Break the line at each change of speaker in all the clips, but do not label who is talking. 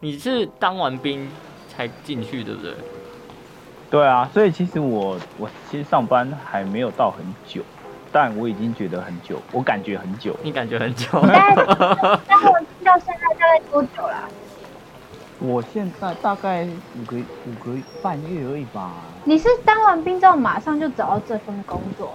你是当完兵才进去，对不对？
对啊，所以其实我我其实上班还没有到很久，但我已经觉得很久，我感觉很久。
你感觉很 久，
但但我听到现在大概多久啦？
我现在大概五个五个半月而已吧。
你是当完兵之后马上就找到这份工作？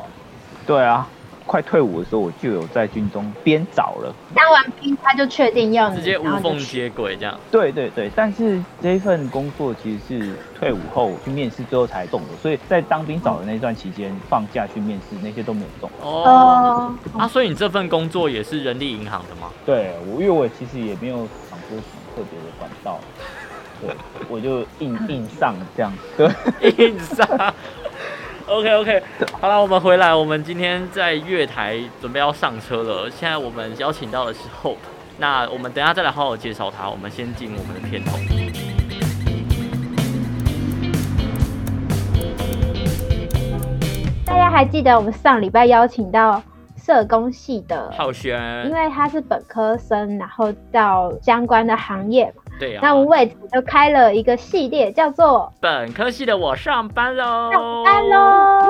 对啊，快退伍的时候我就有在军中边找了。
当完兵他就确定要你，
直接无
然后就
缝
去
接轨这样。
对对对，但是这一份工作其实是退伍后去面试之后才中的，所以在当兵找的那段期间，放假去面试那些都没有中。
哦，
哦，
啊，所以你这份工作也是人力银行的吗？
对，我因为我其实也没有想过什么特别的管道，对，我就硬硬上这样。对，
硬上。OK OK，好了，我们回来，我们今天在月台准备要上车了。现在我们邀请到的是 Hope，那我们等一下再来好好介绍他。我们先进我们的片头。
大家还记得我们上礼拜邀请到社工系的，
浩
因
轩，
为他是本科生，然后到相关的行业嘛，
对啊，
那我们为此就开了一个系列，叫做
本科系的我上班喽，
“上班喽”。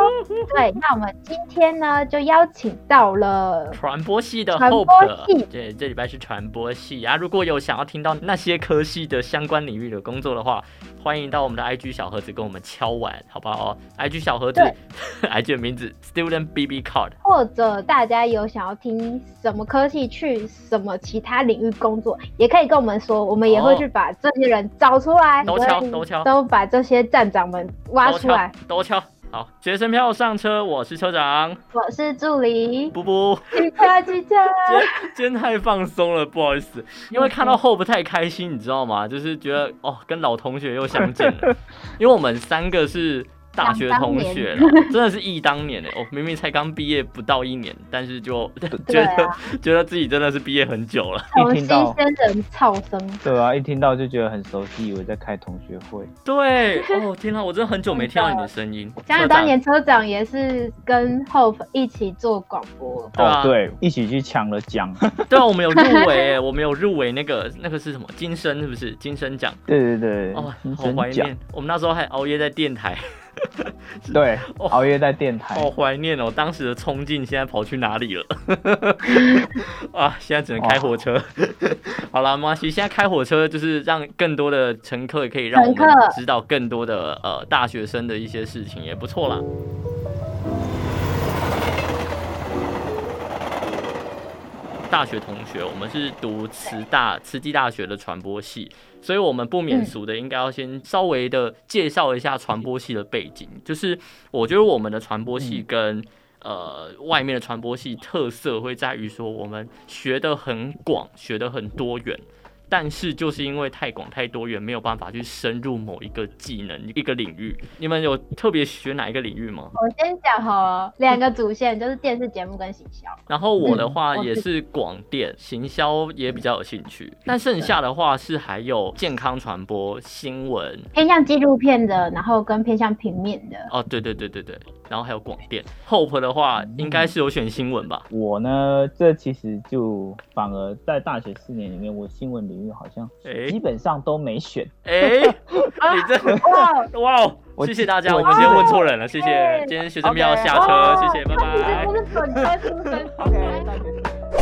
对，那我们今天呢就邀请到了。
传播系的
传
Hope，
播系
对，这礼拜是传播系啊。如果有想要听到那些科系的相关领域的工作的话，欢迎到我们的 IG 小盒子跟我们敲碗，好不好？IG 小盒子 ，IG 的名字 Student BB Card。
或者大家有想要听什么科系去什么其他领域工作，也可以跟我们说，我们也会去把这些人找出来，
都敲
对
都敲
都把这些站长们挖出来。
都敲，都敲。好，学生票上车，我是车长，
我是助理，
布布。
机车机车，
今天今天太放松了，不好意思，因为看到 Hope 太开心，你知道吗？就是觉得哦，跟老同学又相见 了，因为我们三个是大学同学了， 真的是忆当年的哦，明明才刚毕业不到一年，但是就 觉
对
得、
啊
觉得自己真的是毕业很久 了。
从
一听到
新生人噪声。
对啊，一听到就觉得很熟悉，以为在开同学会。
对，哦天哪，我真的很久没 听到你的声音。车
想想
长
当年车长也是跟 Hope 一起做广播，
对啊
哦，对，一起去抢 了奖。
对啊，我们有入围， 我们有入围那个那个是什么金声是不是金声奖？
对对对，
哦，
新
好
生
怀
奖。
念！我们那时候还熬夜在电台，
对，
哦
熬夜在电台。
好怀念哦！当时的冲劲，现在跑去哪里了？ 啊，现在只能开火车。 好了，没关系，现在开火车就是让更多的乘客可以让我
乘
们
客
知道更多的呃大学生的一些事情，也不错啦。大学同学，我们是读慈大慈济大学的传播系，所以我们不免俗的应该要先稍微的介绍一下传播系的背景。就是我觉得我们的传播系跟、呃外面的传播系特色会在于说，我们学的很广，学的很多元。但是就是因为太广太多元，没有办法去深入某一个技能、一个领域。你们有特别学哪一个领域吗？
我先讲好了，两个主线就是电视节目跟行销。
然后我的话
哦
嗯
也是广电、行销也比较有兴趣，
嗯
但剩下的话是还有健康传播、新闻。
偏向纪录片的，然后跟偏向平面的。
哦，对对对对对，然后还有广电。Hope 的话
嗯
应该是有选新闻 吧？
我呢，这其实就反而在大学四年里面，我新闻领域好像
哎
基本上都没选。
哎，你这
哇，
哇哦！
我
谢谢大家，
我
我们今天问错人了，谢谢。今天学生票下车，
哇
谢谢，拜拜
他其。实都是本科出身。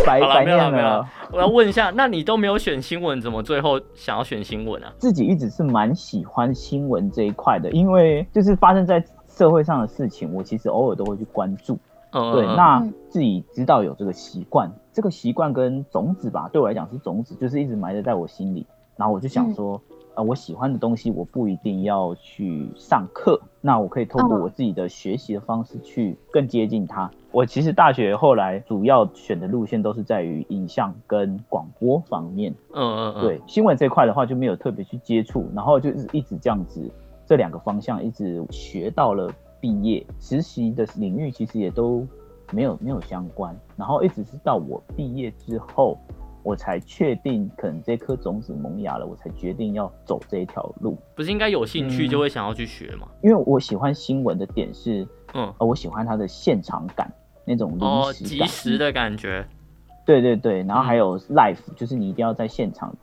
白
好了，
白
没有了，
念
没有了。我要问一下，那你都没有选新闻，怎么最后想要选新闻啊？
自己一直是蛮喜欢新闻这一块的，因为就是发生在社会上的事情，我其实偶尔都会去关注。
嗯，
对，
嗯
那
嗯
自己知道有这个习惯，这个习惯跟种子吧，对我来讲是种子，就是一直埋着在我心里。然后我就想说，呃，我喜欢的东西，我不一定要去上课，那我可以透过
嗯
我自己的学习的方式去更接近它。我其实大学后来主要选的路线都是在于影像跟广播方面。
嗯嗯嗯，
对新闻这块的话就没有特别去接触，然后就是一直这样子，这两个方向一直学到了毕业，实习的领域其实也都没有没有相关，然后一直是到我毕业之后，我才确定可能这颗种子萌芽了，我才决定要走这一条路，
不是应该有兴趣
嗯
就会想要去学吗？
因为我喜欢新闻的点是，
嗯，
呃，我喜欢它的现场感。那种
哦，嗯
临时
及
感，
时的感觉。
对对对，然后还有 live，、就是你一定要在现场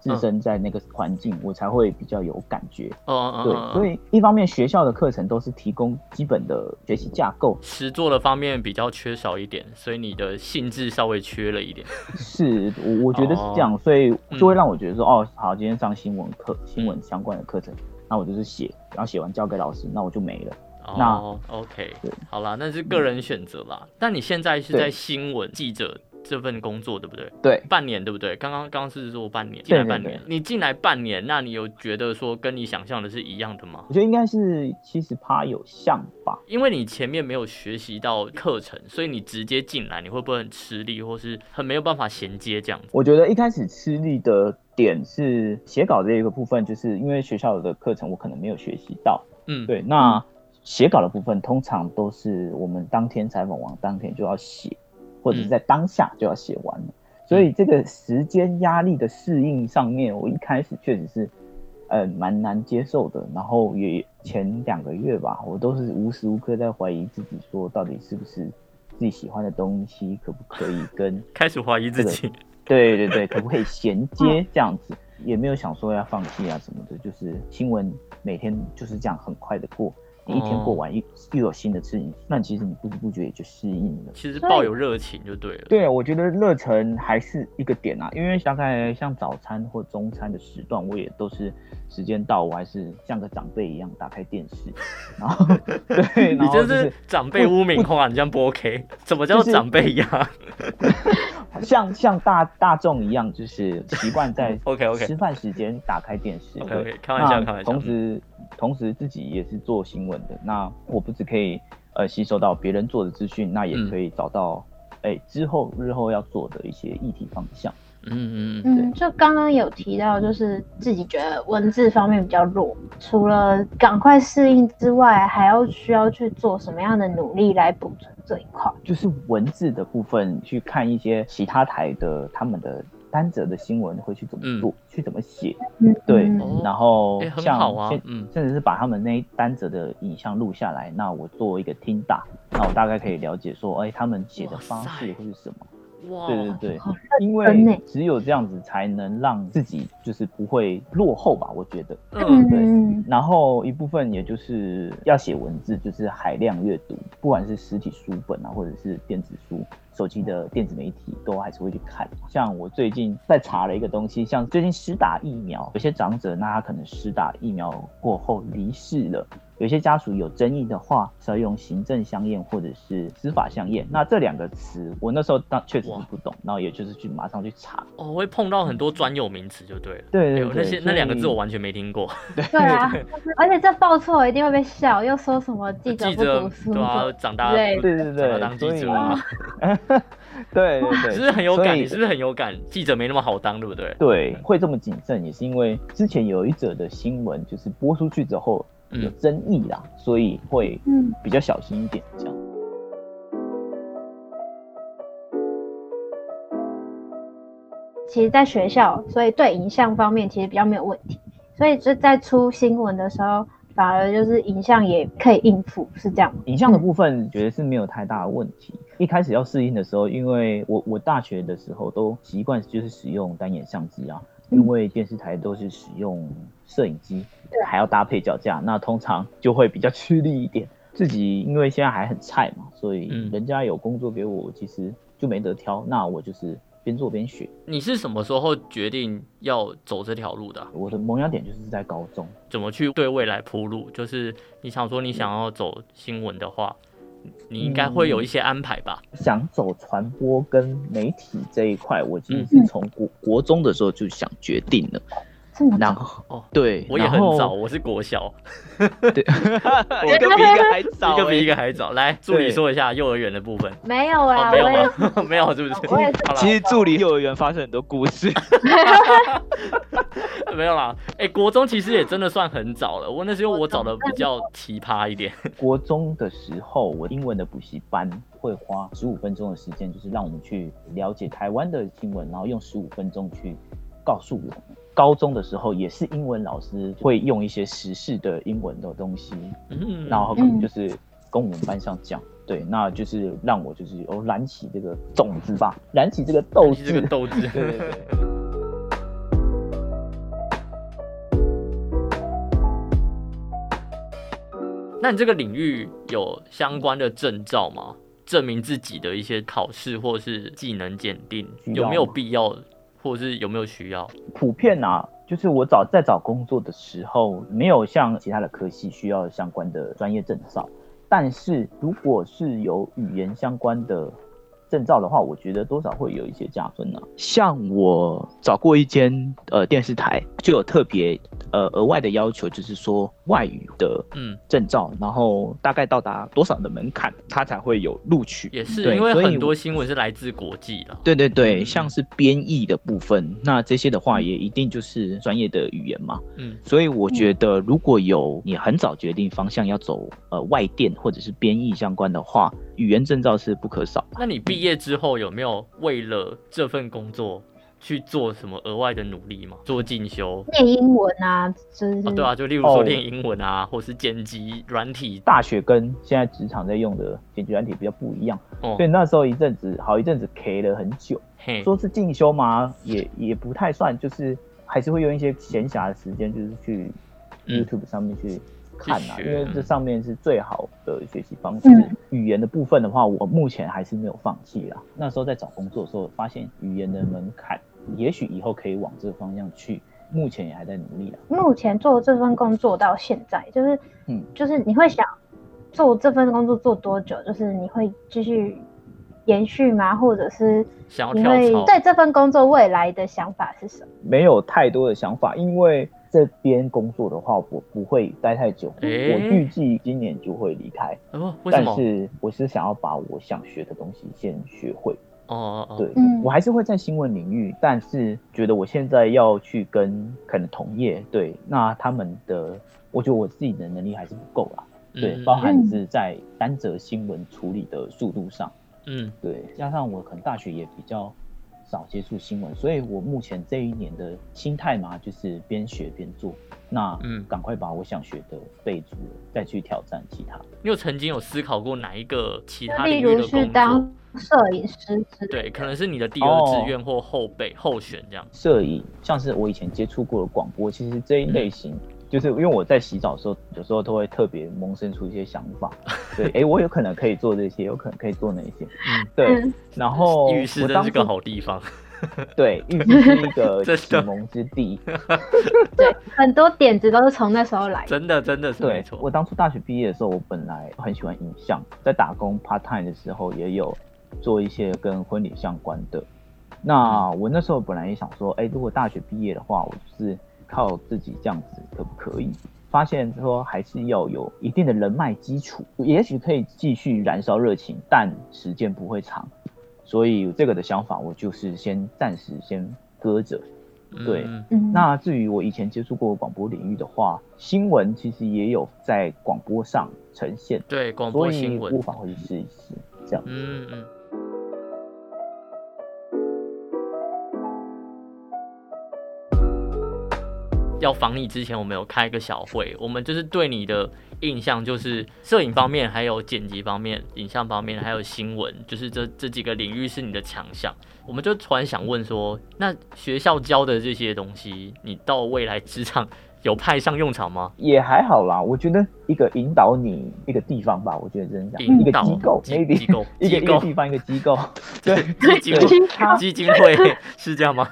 置身在那个环境，我才会比较有感觉。
嗯
对，所以一方面学校的课程都是提供基本的学习架 构，
实作的方面比较缺少一点，所以你的性质稍微缺了一点。
是我我觉得是
哦
这样，所以就会让我觉得说，哦，好，今天上新闻课，新闻相关的课
嗯
程，那我就是写，然后写完交给老师，那我就没了。那
哦，OK，
对
好啦，那是个人选择啦。但你现在是
对
在新闻记者这份工作，对不对？
对，
半年对不对？刚刚刚刚是说半年，
对
进来半
对对
年，你进来半年，那你有觉得说跟你想象的是一样的吗？
我觉得应该是七十趴有像吧。
因为你前面没有学习到课程，所以你直接进来，你会不会很吃力，或是很没有办法衔接这样子？
我觉得一开始吃力的点是写稿这一个部分，就是因为学校的课程我可能没有学习到。
嗯，，
对，那写稿的部分通常都是我们当天采访完当天就要写，或者是在当下就要写完了。所以这个时间压力的适应上面，我一开始确实是，呃，蛮难接受的。然后也前两个月吧，我都是无时无刻在怀疑自己，说到底是不是自己喜欢的东西，可不可以跟
开始怀疑自己。
对对对，可不可以衔接这样子？也没有想说要放弃啊什么的，就是新闻每天就是这样很快的过，你一天过完又又有新的事情，那其实你不知不觉也就适应了。
其实
所以
抱有热情就对了。
对，我觉得热忱还是一个点啊，因为大概像早餐或中餐的时段，我也都是时间到，我还是像个长辈一样打开 电视，然后 对，然
你
后
这
就是是
长辈污名化，你这样不 OK？怎么叫
就是
长辈呀
像像大大众一样，就是习惯 在
OK，OK
吃饭时间打开电 视。
？OK
对
OK，开玩笑，
那
开玩笑嗯
同。时，同时自己也是做新闻的，那我不只可以呃吸收到别人做的资讯，那也
嗯
可以找到哎、之后日后要做的一些议题方向。
嗯嗯嗯，
嗯，就刚刚有提到，就是自己觉得文字方面比较弱，除了赶快适应之外，还要需要去做什么样的努力来补足这一块？
就是文字的部分，去看一些其他台的他们的单则的新闻会去怎么做，去怎么写，
嗯，
对
嗯
哦
然后
哎，很
像
好啊
现。
嗯
甚至是把他们那一单则的影像录下来，那我做一个听打，那我大概可以了解说，哎、他们写的方式会是什么？
哇，
对对对
好，
因
真呢
为只有这样子才能让自己就是不会落后吧，我觉得。
嗯
对
嗯，
然后一部分也就是要写文字，就是海量阅读，不管是实体书本啊，或者是电子书、手机的电子媒体，都还是会去看。像我最近在查了一个东西，像最近施打疫苗，有些长者那他可能施打疫苗过后离世了。有些家属有争议的话，是要用行政相验或者是司法相验。那这两个词，我那时候当确实是
哇
不懂，然后也就是去马上去查。
哦，会碰到很多专有名词就对了。
对
哎
对
呦那
对，
些
所
那两个
以
字我完全没听过。
对啊，而且这报错一定会被笑，又说什么 记者
记
不
者
读书，
对啊，长大
对
不
对对对
长大当记者啊，
对对对，
你是不是很有
所
感？
以
你是不是很有感？记者没那么好当，对不对？
对，会这么谨慎，也是因为之前有一则的新闻，就是播出去之后
嗯
有争议啦，所以会
嗯
比较小心一点这样。
其实在学校，所以对影像方面其实比较没有问题，所以就在出新闻的时候，反而就是影像也可以应付，是这样吗？
影像的部分，觉得是没有太大的问题。一开始要适应的时候，因为我我大学的时候都习惯就是使用单眼相机啊，因为电视台都是使用摄影机，还要搭配脚架，那通常就会比较吃力一点。自己因为现在还很菜嘛，所以
嗯
人家有工作给我，我其实就没得挑，那我就是边做边学。
你是什么时候决定要走这条路的啊、
我的萌芽点就是在高中，
怎么去对未来铺路？就是你想说你想要走新闻的话，你你应该会
嗯
有一些安排吧？
想走传播跟媒体这一块，我其实是从国、国中的时候就想决定了。
这么
然后
哦
对，
我也
然
很
后
早，，我是国小，
对，一个比一个还早、
一
欸
个比一
个。
个还早。来，助理说一下幼儿园的部分。
没有啊，
哦，没有
我也
吗？ 没有，是不是？
我也是
好
其实助理幼儿园发生很多故事，
了，没有啦。哎、国中其实也真的算很早了，我那时候我找的比较奇葩一点。
国中的时候，我英文的补习班会花十五分钟的时间，就是让我们去了解台湾的新闻，然后用十五分钟去告诉我们。高中的时候也是英文老师会用一些时事的英文的东西
嗯，
然后可能就是跟我们班上讲，对，那就是让我就是哦燃起这 个种子吧，燃起这个斗
这个
志。
斗志。
对对对。
那你这个领域有相关的证照吗？证明自己的一些考试或是技能检定
需要
有没有
吗
必要，或者是有没有需要？
普遍啊，就是我找在找工作的时候，没有像其他的科系需要相关的专业证照，但是如果是有语言相关的证照的话，我觉得多少会有一些加分啊。像我找过一间呃电视台，就有特别呃额外的要求，就是说外语的
嗯，
证照，然后大概到达多少的门槛，它才会有录取。
也是
对
因为
所以
很
我
多新闻是来自国际的，
对对对，
嗯
像是编译的部分，那这些的话也一定就是专业的语言嘛。
嗯，
所以我觉得如果有你很早决定方向要走呃外电或者是编译相关的话，语言证照是不可少的。
那你毕业之后有没有为了这份工作去做什么额外的努力吗？做进修？
念英文啊，就是、
啊，对啊，就例如说
哦
练英文啊，或是剪辑软体
大学跟现在职场在用的解决软体比较不一样，
哦
所，以那时候一阵子好一阵子 K 了很久，
嘿，
说是进修嘛，也也不太算，就是还是会用一些闲暇的时间，就是去
嗯
YouTube 上面去看啊，
去学
因为这上面是最好的学习方式。
嗯
语言的部分的话，我目前还是没有放弃啦。那时候在找工作的时候，发现语言的门槛，也许以后可以往这个方向去，目前也还在努力啦。啊
目前做这份工作到现在，就是，
嗯
就是你会想做这份工作做多久？就是你会继续延续吗？或者是
想要
你
跳
会
槽，
对这份工作未来的想法是什么？
没有太多的想法，因为这边工作的话，我不会待太久，
诶
我预计今年就会离开。
哦，为什
但
么？
是我是想要把我想学的东西先学会。
哦哦，哦
对、
嗯
我还是会在新闻领域，但是觉得我现在要去跟可能同业对，那他们的，我觉得我自己的能力还是不够啦。对，
嗯
包含是在单则新闻处理的速度上，
嗯，
对，加上我可能大学也比较少接触新闻，所以我目前这一年的心态嘛，就是边学边做。那
嗯
赶快把我想学的备足了，再去挑战其他的。
你有曾经有思考过哪一个其
就
他
例
领域
如
的
是
工作
当？摄影师之类
对，可能是你的第二
哦
志愿或后备候选这样。
摄影，像是我以前接触过的广播，其实这一类型，就是因为我在洗澡的时候，有时候都会特别萌生出一些想 法，对，诶，我有可能可以做这些，有可能可以做那些，
嗯，
对。
嗯
然后
浴室
哦我
真
当
是个
初
好地方。
对，浴室是一 个
真的
启蒙之地。
很多点子都是从那时候来的。
真的，真的是没
对，我
错。
当初大学毕业的时候，我本来很喜欢影像，在打工 part time 的时候也有做一些跟婚礼相关的。那
嗯
我那时候本来也想说，哎、如果大学毕业的话，我就是靠自己这样子可不可以？发现说还是要有一定的人脉基础，也许可以继续燃烧热情，但时间不会长，所以这个的想法我就是先暂时先搁着，对
嗯
嗯，
那至于我以前接触过的广播领域的话，新闻其实也有在广播上呈现，
对，广播
所
新
以
闻
不。妨回去试一试。这样，
嗯嗯。要访你之前，我们有开一个小会，我们就是对你的印象就是摄影方面，还有剪辑方面、影像方面，还有新闻，就是这这几个领域是你的强项。我们就突然想问说，那学校教的这些东西，你到未来职场有派上用场吗？
也还好啦。我觉得一个引导你一个地方吧，我觉得真的讲一
引
个
导
机构
机
，maybe
机构
一个一
机
个
构
地方一个 机构，对，
基金
对
它
基金会是这样吗？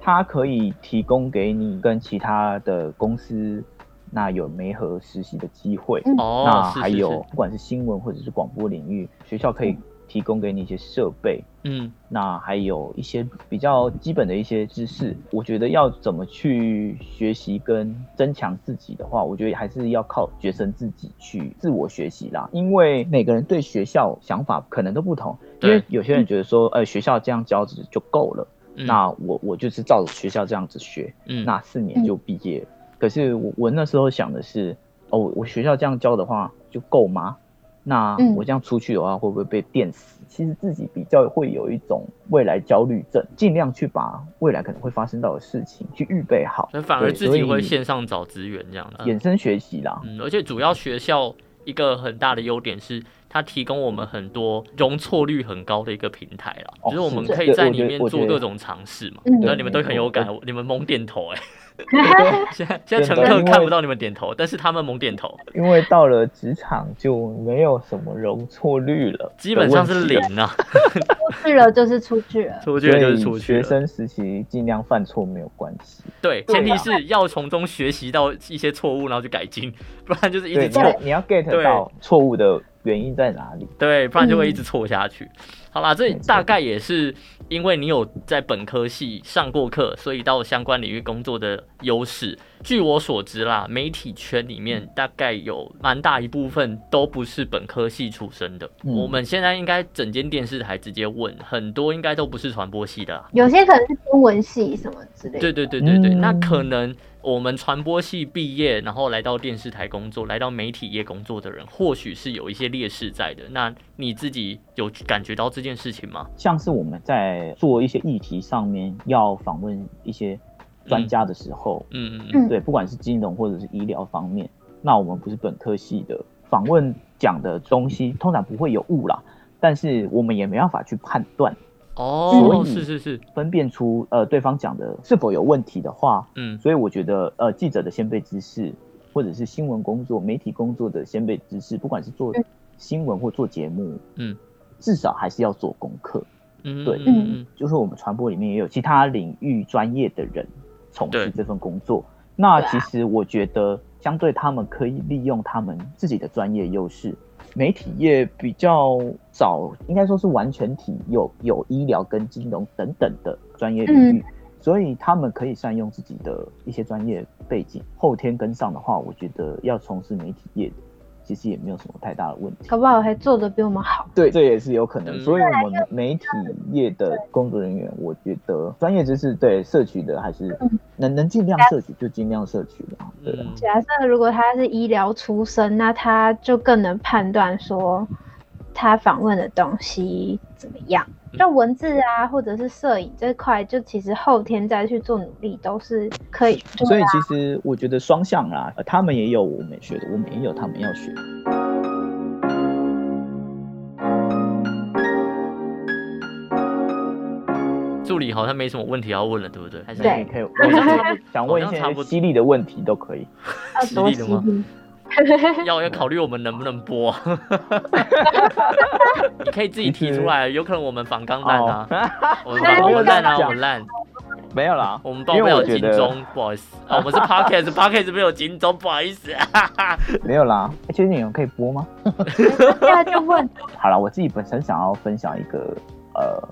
它可以提供给你跟其他的公司那有媒合实习的机会。
嗯
哦，
那
是
还
是
有
是
不管是新闻或者是广播领域，学校可以提供给你一些设备，
嗯
那还有一些比较基本的一些知识，我觉得要怎么去学习跟增强自己的话，我觉得还是要靠学生自己去自我学习啦。因为每个人对学校想法可能都不同，因
对
为有些人觉得说，呃，学校这样教子就够了，
嗯，
那我我就是照着学校这样子学，
嗯
那四年就毕业了。可是我我那时候想的是，哦，我学校这样教的话就够吗？那
嗯
我这样出去的话会不会被电死？其实自己比较会有一种未来焦虑症，尽量去把未来可能会发生到的事情去预备好，
那反而
对
自己
所
会
以
线上找资源这样的。嗯
衍生学习啦。
嗯，而且主要学校一个很大的优点是，它提供我们很多容错率很高的一个平台啦，
哦
就是我们
是
可以
对
在
我
里
觉得
面
我
做
觉得
各种尝试嘛。
嗯
那你们都很有感
没，
你们猛点头 哎、
对
现在现在乘
真的
客
因为
看不到你们点头，但是他们猛点头，
因为到了职场就没有什么容错率了，
基本上是零。啊，
去了就是出去了，
出去
所
了就是
以
出去
学
了。
生时期尽量犯错没有关系，
对，
对
前提
啊
是要从中学习到一些错误，然后去改进，不然就是一直
对，你
错。
要你要 get
对
到错误的原因在哪里。
对，不然就会一
嗯
直错下去。好啦，这
没错
大概也是因为你有在本科系上过课，所以到相关领域工作的优势。据我所知啦，媒体圈里面大概有蛮大一部分都不是本科系出身的。
嗯
我们现在应该整间电视台直接问，很多应该都不是传播系的啊、
有些可能是中文系什么之类的。
对对对对对，
嗯
那可能我们传播系毕业，然后来到电视台工作，来到媒体业工作的人，或许是有一些劣势在的。那你自己有感觉到这件事情吗？
像是我们在做一些议题上面要访问一些专家的时候，
嗯嗯嗯，
嗯
对，不管是金融或者是医疗方面，那我们不是本科系的，访问讲的东西通常不会有误啦，但是我们也没办法去判断
哦，
所
是
以
是是，
分辨出呃对方讲的是否有问题的话，
嗯
所以我觉得呃记者的先辈知识，或者是新闻工作、媒体工作的先辈知识，不管是做
嗯
新闻或做节目，
嗯，
至少还是要做功课。
嗯，
对
嗯嗯
就是我们传播里面也有其他领域专业的人从
对
事这份工作。那
对啊
其实我觉得，相对他们可以利用他们自己的专业优势。媒体业比较早，应该说是完全体有有医疗跟金融等等的专业领
嗯
域，所以他们可以善用自己的一些专业背景。后天跟上的话，我觉得要从事媒体业，其实也没有什么太大的问题。
搞不好还做的比我们好。
对，这也是有可能。
嗯
所以
啊
我们媒体业的工作人员，我觉得专业知识对摄取的还是
嗯
能能尽量摄取就尽量摄取了。对啊，
嗯
假设如果他是医疗出身，那他就更能判断说他访问的东西怎么样。
嗯
就文字啊，或者是摄影这块，就其实后天再去做努力都是可以去做的。
所以其实我觉得双向啦，呃他们也有我们学的，我们也有他们要学的。
助理好像没什么问题要问了，对不对？还是
对
可以，我
好像 差不
想问一
好像差不
些
多
犀利的问题都可以。
要
实
多
力的吗
吸引
要要考虑我们能不能播、啊，你可以自己提出来，啊有可能我们反刚烂啊，我
哦
们反
那
我
你
们烂
干嘛
啊，我
讲
们烂，
没有啦，
我们报不了金
因为我
钟，不好意思啊，我们是 podcast，podcast 没有金钟，不好意思、 啊。
没有啦。哎其实你们可以播吗？
对啊，就 问
好了，我自己本身想要分享一个呃，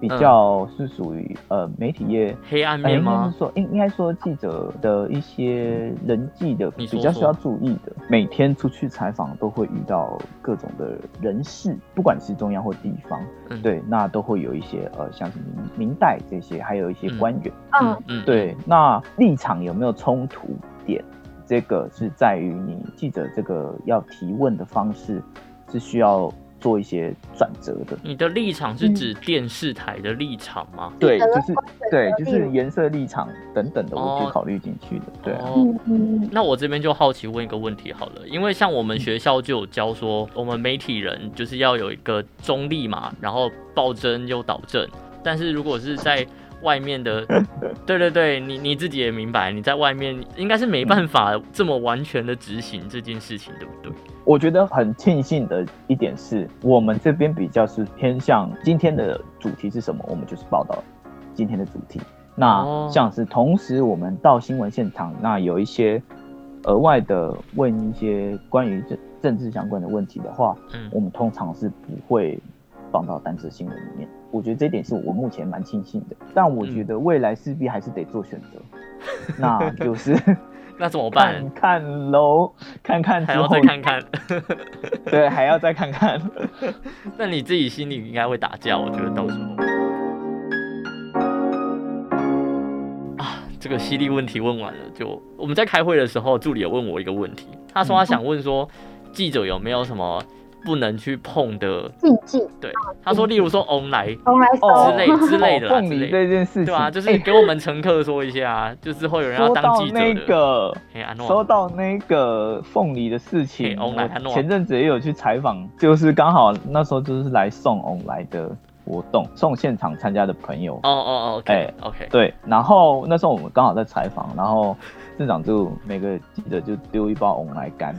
比
嗯
较是属于呃媒体业
黑暗
哎
面
应该
吗
是？说，应应该说记者的一些人际的
你说
比较需要注意的，每天出去采访都会遇到各种的人事，不管是中央或地方，
嗯
对，那都会有一些呃，像是明明代这些，还有一些
嗯
官员，
嗯，
嗯，
哎对，那立场有没有冲突点，这个是在于你记者这个要提问的方式是需要做一些转折的。
你的立场是指电视台的立场吗？
对，
记者
就
的
是
观点
对
和，
就
立
是
场
颜色立场等等的，我
哦
去考虑进去的。对啊，
哦
嗯嗯
那我这边就好奇问一个问题好了，因为像我们学校就有教说，我们媒体人就是要有一个中立嘛，然后暴政又导正。但是如果是在外面 的，对对对，你你自己也明白，你在外面应该是没办法这么完全的执行这件事情，对不对？
我觉得很庆幸的一点是，我们这边比较是偏向今天的主题是什么，我们就是报道今天的主题。
哦
那像是同时我们到新闻现场，那有一些额外的问一些关于政政治相关的问题的话，
嗯
我们通常是不会放到单则新闻里面。我觉得这一点是我目前蛮庆幸的，但我觉得未来势必还是得做选择，那就是
那怎么办
看？看喽，看看
还
之
要
后
再看看，
对，还要再看看。
那你自己心里应该会打架，我觉得到时候。啊，这个犀利问题问完了，就我
嗯
们在开会的时候，助理有问我一个问题，他说他想问说，记者有没有什么不能去碰的。
禁忌，
对，他说，例如说 online
从来
哦
之类
说
之类的啦，
凤
之
梨
类的
这件事情，哎
对啊，就是给我们乘客说一下啊，就是会有人要
嗯说
当
到
记
那
者的。
个，
嘿，安
说
诺，哦
到那个凤梨的事情，
哎嘿翁来安诺
我前阵子也有去采访，就是刚好那时候就是来送翁来的活动，送现场参加的朋友。
哦哦哦，OK
哎
OK，
对，然后那时候我们刚好在采访，然后市长就每个记者就丢一包翁来干，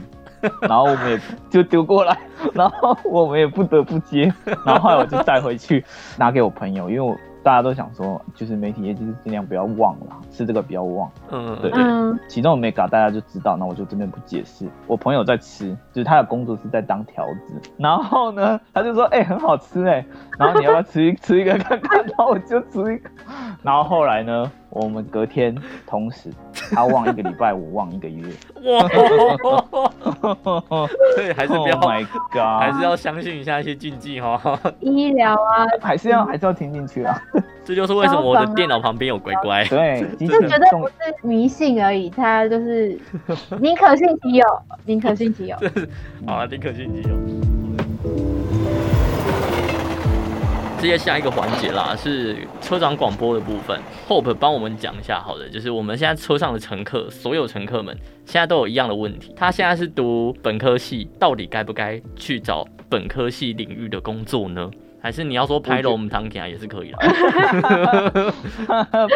然后我们也就丢过来，然后我们也不得不接，然后后来我就带回去拿给我朋友，因为我大家都想说，就是媒体业就是尽量不要忘了，吃这个不要忘。
嗯，
对
嗯，
其中的 mega 大家就知道，那我就这边不解释。我朋友在吃，就是他的工作是在当条子，然后呢，他就说，哎、很好吃哎、然后你要不要吃一吃一个看看？然后我就吃一个，然后后来呢，我们隔天同时，他忘一个礼拜，我忘一个 月，
哇， 所以还是不要
Oh my
还
god，
是要相信一下一些禁忌哈。
医疗啊，
还是要还是要听进去啊，
这就是为什么我的电脑旁边有乖乖。
对，
这
这
这绝对不是迷信而已，它就是宁可信其有，宁可信其有。
好啊，立刻进击哦。直接下一个环节啦，是车长广播的部分。Hope 帮我们讲一下，好的，就是我们现在车上的乘客，所有乘客们现在都有一样的问题。他现在是读本科系，到底该不该去找本科系领域的工作呢？还是你要说拍龙堂给他啊也是可以 啦。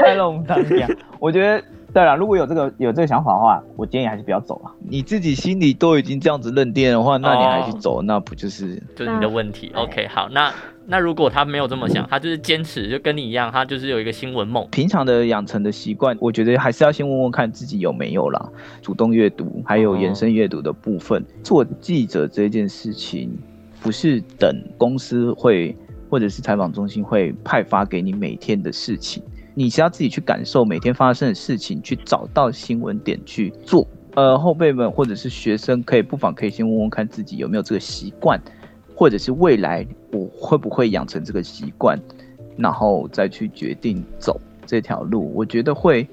拍龙当家，我觉得。对了，如果有这个有这个想法的话，我建议还是不要走啊了。你自己心里都已经这样子认定的话，那你还去走，那不就是
就是你的问题。
嗯
OK，好，那那如果他没有这么想，他就是坚持，就跟你一样，他就是有一个新闻梦。
平常的养成的习惯，我觉得还是要先问问看自己有没有啦，主动阅读，还有延伸阅读的部分。做记者这件事情，不是等公司会或者是采访中心会派发给你每天的事情，你是要自己去感受每天发生的事情，去找到新闻点去做。呃，后辈们或者是学生，可以不妨可以先问问看自己有没有这个习惯，或者是未来我会不会养成这个习惯，然后再去决定走这条路。我觉得会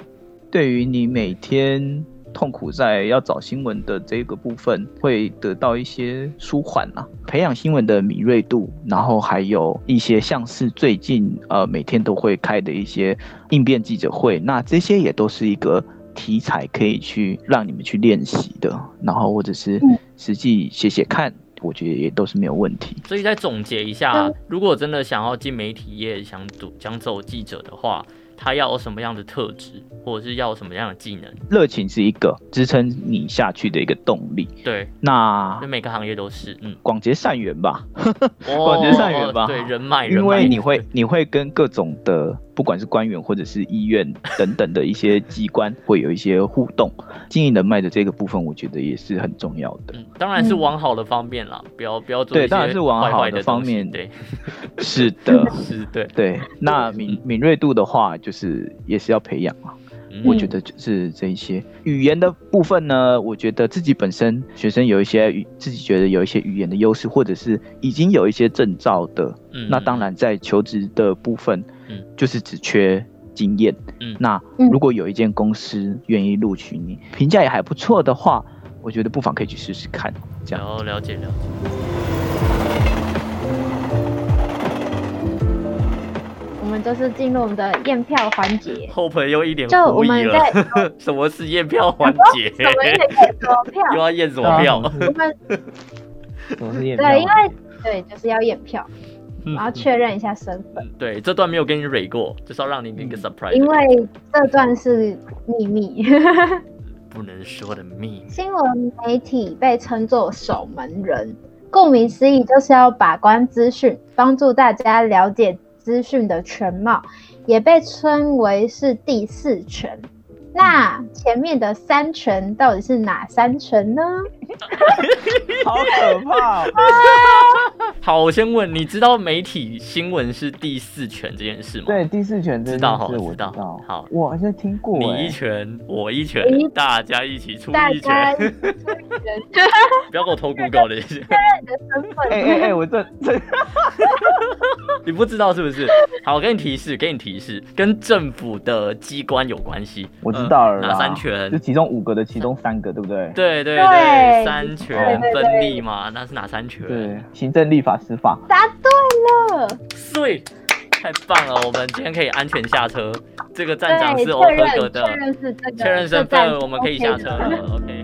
对于你每天痛苦在要找新闻的这个部分，会得到一些舒缓啊，培养新闻的敏锐度，然后还有一些像是最近呃每天都会开的一些应变记者会，那这些也都是一个。题材可以去让你们去练习的，然后或者是
嗯
实际写写看，我觉得也都是没有问题。
所以再总结一下
嗯，
如果真的想要进媒体业，想走想走记者的话，他要有什么样的特质，或者是要有什么样的技能？
热情是一个支撑你下去的一个动力。
对，
那
就每个行业都是， 嗯，
广结善缘吧，
哦
觉得善缘吧
对， 人脉，哎人
因
脉
为你会你会跟各种的，不管是官员或者是医院等等的一些机关，会有一些互动。 经营人脉的这个部分，我觉得也是很重要的。
嗯，当然是往好的方面啦，不要不要做
对
一些
当然是往
坏
好
坏
的
的
方
东西
面
对，
是 的，
是，嗯对，
对。那敏敏锐度的话，就是也是要培养嘛。
嗯
我觉得就是这一些语言的部分呢，我觉得自己本身学生有一些语，自己觉得有一些语言的优势，或者是已经有一些证照的，
嗯
那当，然在求职的部分，
嗯
就是只缺经验，
嗯
那
嗯
如果有一间公司愿意录取你，评价也还不错的话，我觉得不妨可以去试试看，这
然
样。
后了解了解。
我们就是进入我们的验票环 节，
Hope 又一脸
就
狐
我
疑
们
了
在，
什么是验票 环节？
什么啊验什么票？
又要验什么票？
哦
我们对，
对
因为对就是要验票，
嗯
然后确认一下身份，
对，这段没有跟你蕊过，就是要让你
嗯
一个 surprise，
因为这段是秘密。
不能说的秘密。
新闻媒体被称作守门人，顾名思义，就是要把关资讯，帮助大家了解资讯的全貌，也被称为是第四权。那前面的三权到底是哪三权呢？
好可 怕、哦！
好，我先问，你知道媒体新闻是第四权这件事吗？
对，第四权
知
真
道
的
哈
是我
知道好
我好像听过、
你
哎
一拳，我一拳
你一，
大家一起出
大
一
家
拳，
确认
不要给我偷 Google 的。
身份。
哎哎哎，我这这，
你不知道是不是？好，我给你提示，给你提示，跟政府的机关有关系。
我知道了
呃
啦。
哪三权
就其中五个的其中三个，对不对？
对对
对
三权
对对对
分立嘛，那是哪三权？
对，行政、立法、司法。
答对了，
对，太棒了，我们今天可以安全下车。这个站长
对，
是
确
OK
认
哥的，
确认是这个
确认身份，我们可以下车了。。OK。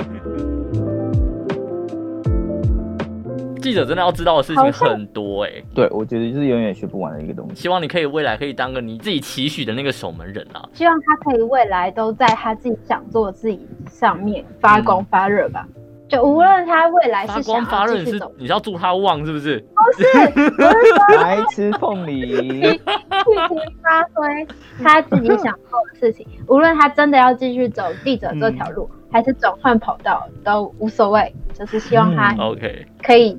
记者真的要知道的事情很多哎、
对，我觉得就是永远学不完的一个东西。
希望你可以未来可以当个你自己期许的那个守门人啊。
希望他可以未来都在他自己想做的自己上面发光发热吧。就无论他未来
发
是想
光发
要
热
继
你
续
是
走，
你是要祝他旺是不是？
来吃凤梨。
尽情发挥他自己想做的事情，无论他真的要继续走记者这条路，还是转换跑道都无所谓，就是希望他
嗯
OK，
可以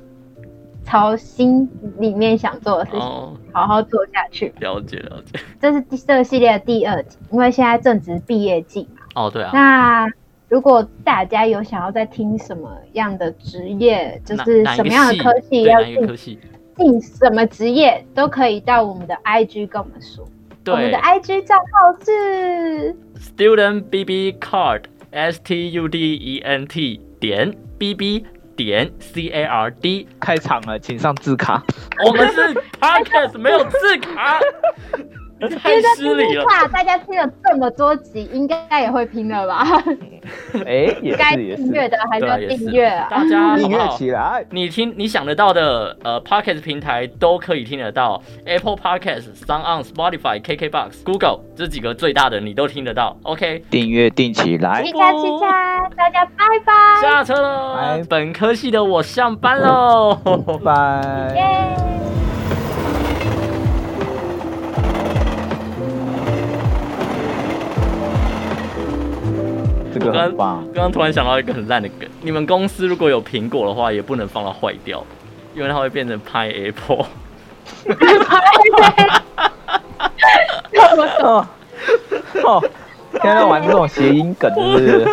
朝心里面想做的事情
哦，
好好做下去。
了解了解。
这是第这个系列的第二集，因为现在正值毕业季嘛。
哦，对啊，
那如果大家有想要再听什么样的职业，就
哪
是
哪一
什
个
么样的
系
科系
对
要
哪一个科
进
系？
进什么职业，都可以到我们的 IG 跟我们说。我们
对
的 IG 账号是
，Student BB Card S T U D E N T 点 B B 点 C A R D。
开场了，请上字卡。
我们是 Podcast 没有字卡，你太失礼了。
哇，大家听了这么多集，应该也会拼 了吧？
哎，也
该
是也
订
是，
阅的还是
对啊，
要
也是
订阅啊。
大家好
订
不
阅
好？
起来。
你听你想得到的呃 Podcast 平台都可以听得到，Apple Podcast、Sound on、Spotify、KKBox、Google 这几个最大的你都听得到。OK，
订阅订起来
期待期待，大家拜拜，
下车了
拜，
本科系的我上班喽。
拜 拜。
耶！
这个很棒。
刚刚突然想到一个很烂的梗，你们公司如果有苹果的话，也不能放到坏掉，因为它会变成 pineapple。
哦哦，现在玩这种谐音梗，是 不是？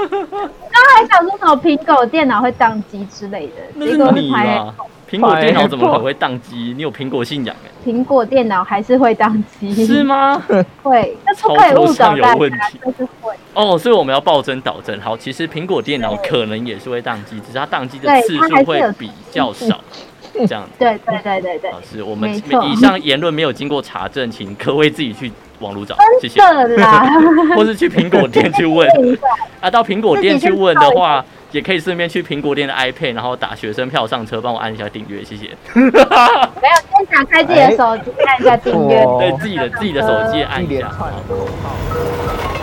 还想说什么苹果电脑会宕机之类的，
那
结
是啊
果
你
拍
吧？苹果电脑怎么可能会宕机？你有苹果 信仰哎、
苹果电脑还是会宕机，
是？吗？
会，但不可以
操
误导
作上
大
有问
家
题，
就是会。
哦，所以我们要暴增导正。好，其实苹果电脑可能也是会宕机，只是它宕机的
对
次
它还
数
是
会
有
比较少。这样子，
对对对对对
老，师，我们
没错
以上言论没有经过查证，请各位自己去网络找，谢谢，
这啦，
或是去苹果店去问。啊，到苹果店去问的 话，也可以顺便去苹果店的 iPad，然后打学生票上车，帮我按一下订阅，谢谢。
没有先打开自己的手机看一下订阅。
哦
对自己的自己的手机按
一
一
连
下。
串的口号。